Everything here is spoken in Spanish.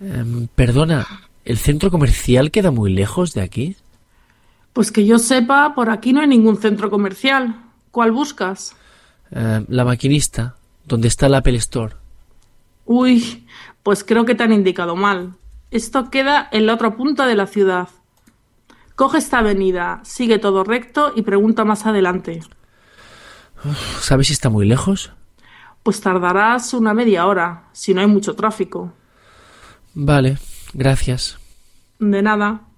Eh, perdona, ¿el centro comercial queda muy lejos de aquí? Pues que yo sepa, por aquí no hay ningún centro comercial. ¿Cuál buscas? Eh, la maquinista, donde está el Apple Store. Uy, pues creo que te han indicado mal. Esto queda en la otra punta de la ciudad. Coge esta avenida, sigue todo recto y pregunta más adelante. Uf, ¿Sabes si está muy lejos? Pues tardarás una media hora, si no hay mucho tráfico. Vale, gracias. De nada.